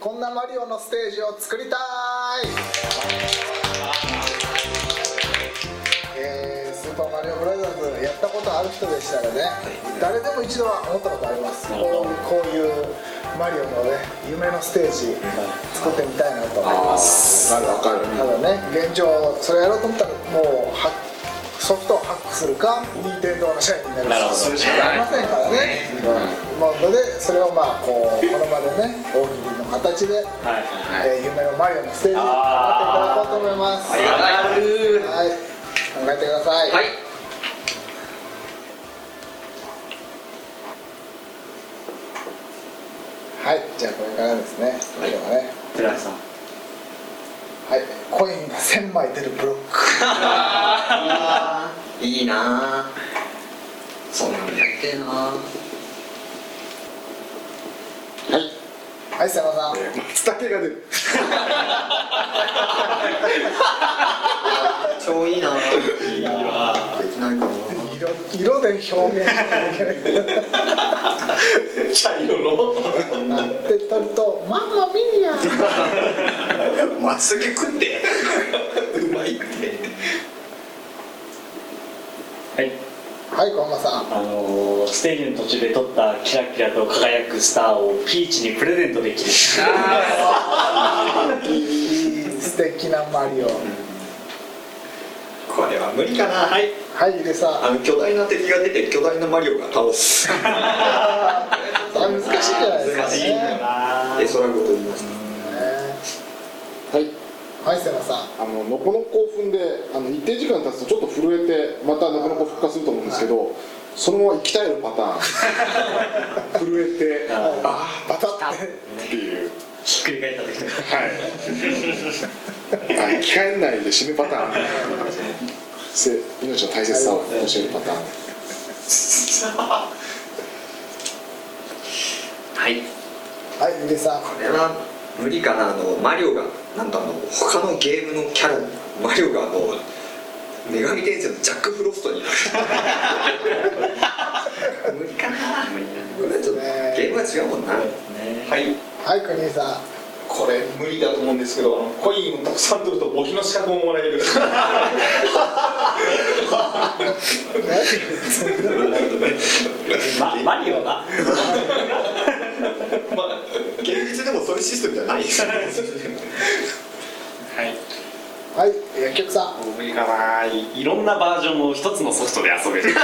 こんなマリオのステージを作りたい、えースーパーマリオブラザーズやったことある人でしたらね、誰でも一度は思ったことありますこうこういうマリオのね夢のステージ作ってみたいなと思いますあーわかるわかたるだね現状それやろうと思ったらもうハッソフトをハックするか任天堂の社員になるなるかほどそれしかありませんからね、うんまあ、それでそれをまあこうこの場でね大喜利の形で、はいえー夢のマリオのステージに頑張っていただこうと思いますありがあるはい、考えてください。はいはい、じゃあこれからですね。はい今日はね。寺橋さんはい、コインが千枚出るブロック。いいなぁそんなのやりてえなはいはい、佐野さん。松茸が出る。超いいなぁいいなできないかも色色で表現しなきゃいけない。茶色のなってとると、ママミリア。 まっすぐ食ってうまいってはいはい、小浜さん。あのーステージの途中で撮ったキラキラと輝くスターをピーチにプレゼントできる素敵なマリオ。これは無理かなはいはい、であさ。の巨大な敵が出て巨大なマリオが倒 すあ難しいじゃないですか、ね。難しいんだよなあえそらごと言いますはい、はい、瀬野さん。あののこの興奮であの一定時間経つとちょっと震えてまたのこのこ復活すると思うんですけど、そのまま生き返るパタ ーン震えてああバタッっていうひっくり返った時とか はいあ生き返んないで死ぬパターンせ命の大切さを教えるパターンはいはい、でさん。これは無理かなあのマリオがなんとあの他のゲームのキャラマリオがあの女神転生のジャック・フロストになる無理かな無理これはちょっとゲームが違うもんなははいい、はい、国井さん。これ無理だと思うんですけど、あのコインをたくさん取ると簿記の資格ももらえる。まマリオまあ、が現実でもそういうシステムじゃないですねはい、はい、薬局さん。無理かな。いろんなバージョンを一つのソフトで遊べる現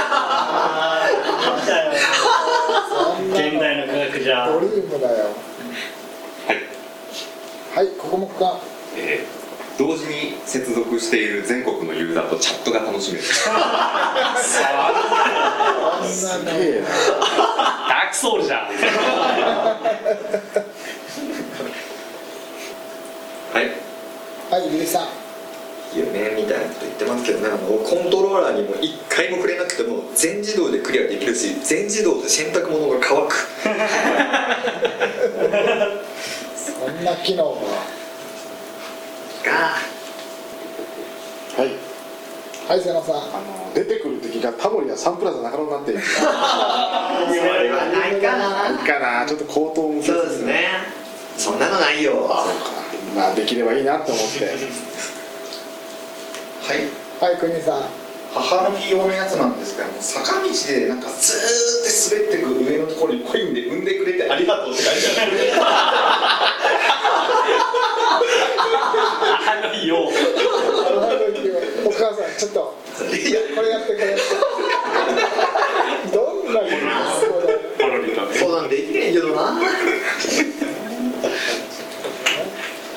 代の科学じゃドリームだよ。はい。はい、ここもくか。えー同時に接続している全国のユーザーとチャットが楽しめるあんなね。ダークソウルじゃんはいはい、ゆりさん。夢みたいなこと言ってますけどねあのコントローラーにも一回も触れなくても全自動でクリアできるし全自動で洗濯物が乾くそんな機能は。がはいはい、瀬野さん。あの出てくる敵がタモリやサンプラザ中野になってい るないかないいかなちょっと高等無そうですねそんなのないよまあできればいいなと思ってはいはい、国井さん。母の日用のやつなんですけども坂道でなんかずーって滑ってく上のところにコインで産んでくれてありがとうって書いてあるあのよお母さん、ちょっと。いや、これやって、これやって。どんな機能これ。ポロリとね相談できねえけどなはい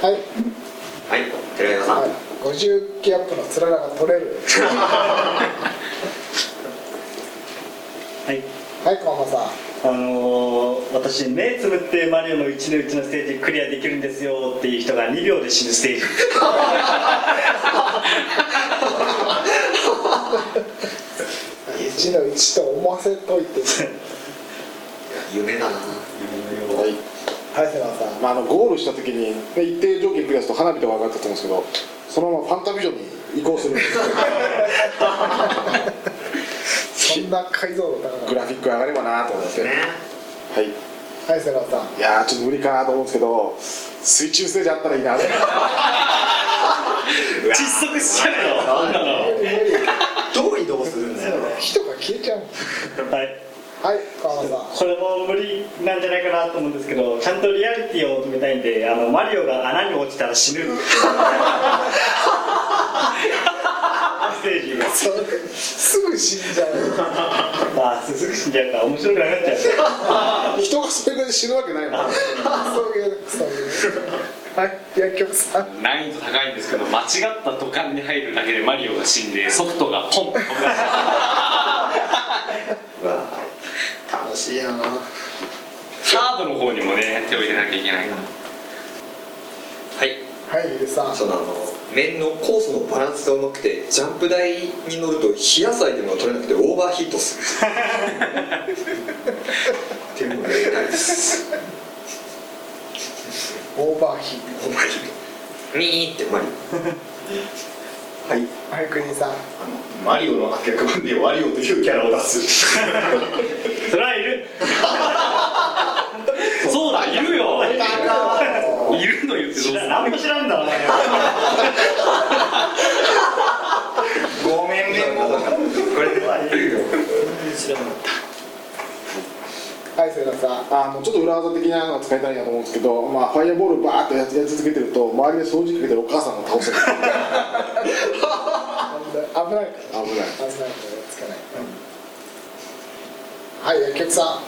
はい。寺山さん、はい。五十キアップのつららが取れる。はいはい、小浜さん。あのー私目つぶってマリオの1の1のステージクリアできるんですよっていう人が2秒で死ぬステージ一の一と思わせといて。夢だなはいはい、瀬野さん。まあ、あのゴールした時にで一定条件クリアすると花火とか上がったと思うんですけどそのままファンタビジョンに移行するんですよそ んな解像度高かったグラフィック上がればなと思って、ねはいはい瀬川さんいやーちょっと無理かなと思うんですけど水中ステージあったらいいな窒息しちゃうよそんなの無理無理どう移動するんだよ火とか消えちゃうはいはい川野さんこれも無理なんじゃないかなと思うんですけどちゃんとリアリティを求めたいんであのマリオが穴に落ちたら死ぬステージがそれすぐ死んじゃうまあすぐ死んじゃうから面白くなくなっちゃう 人がそれぐらい死ぬわけないもそんういうそういうはい薬局さん難易度高いんですけど間違った土管に入るだけでマリオが死んでソフトがポンと飛び出すわあ楽しいなはハードの方にもね手を入れなきゃいけないからいはいゆうさんそのあの面のコースのバランスがうまくてジャンプ台に乗ると火野菜というのが取れなくてオーバーヒートするっていうのがやりたいですオーバーヒーオーバーヒートミーってマリはいトはいクリーンさんあのマリオの悪役版でワリオというキャラを出すそれはいるそうだいるよいるの言ってどうす知るら何も知らんだろお前ごめんねもうはい瀬川さんあのちょっと裏技的なのが使いたいなと思うんですけど、まあ、ファイアボールバーッとやり続けてると周りで掃除機かけてるお母さん が倒せる危ない危ない危ない危ないつかない、はい薬局さんあの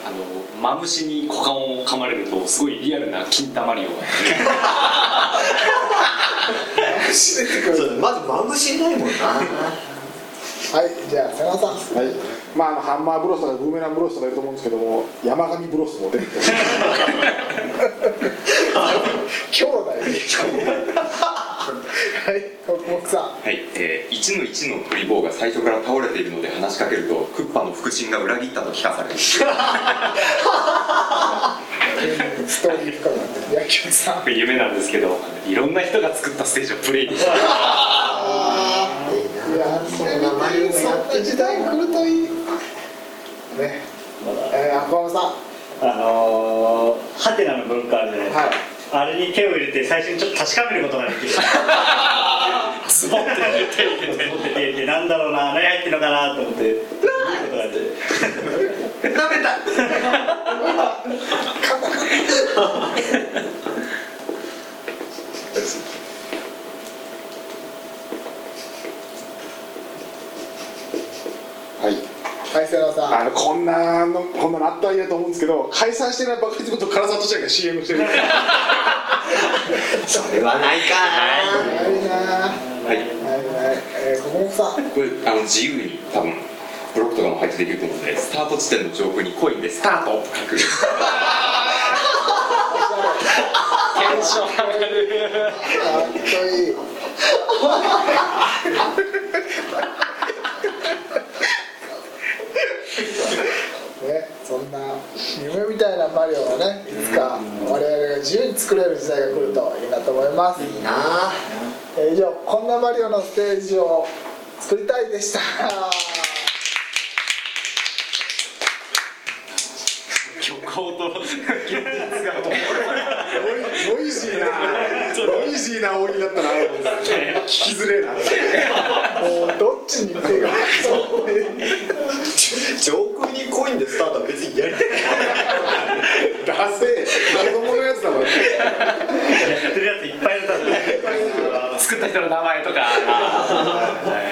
マムシに股間を噛まれるとすごいリアルな金玉マリオがーまずまぶしいないもんなはいじゃあ瀬川さんはいまあ、あのハンマーブロスとかブーメランブロスとかいると思うんですけども山上ブロスも出 てくる兄弟はい国木さんはい、えー、1の1の鳥棒が最初から倒れているので話しかけるとクッパの腹心が裏切ったと聞かさ れるストーリー深くなってる薬局さん夢なんですけどいろんな人が作ったステージをプレイできるいやそれがマリオがやった時代来るといいねえー、赤尾さんあのー、ハテナの文化あるじゃないですか、はいあれに手を入れて最初にちょっと確かめることができるズボッて手を入れてズボッて手を入れてなんだろうな何入ってるのかなと思って見る ことができるはいはい瀬川さんあのこんなのこんなのあったらいいなと思うんですけど解散してないバカリズムと唐沢としが CM してるそれはないかないなはいないないえー、国木さんこれあの自由に多分ブロックとかも配置できると思うのでスタート地点の上空にコインで「スタート!」と書くテンション上がるかっこいい。かね、そんな夢みたいなマリオがね、いつか我々が自由に作れる時代が来るといいなと思います。いいな。えー以上、こんなマリオのステージを作りたいで した。虚構とノイジーなノイジーな大喜利だったな聞きづれえなもうどっちに手が。上空にコインでスタートは別にやりたいダセえ子供のやつだもんね やってるやついっぱいいるだろうね作った人の名前とか、は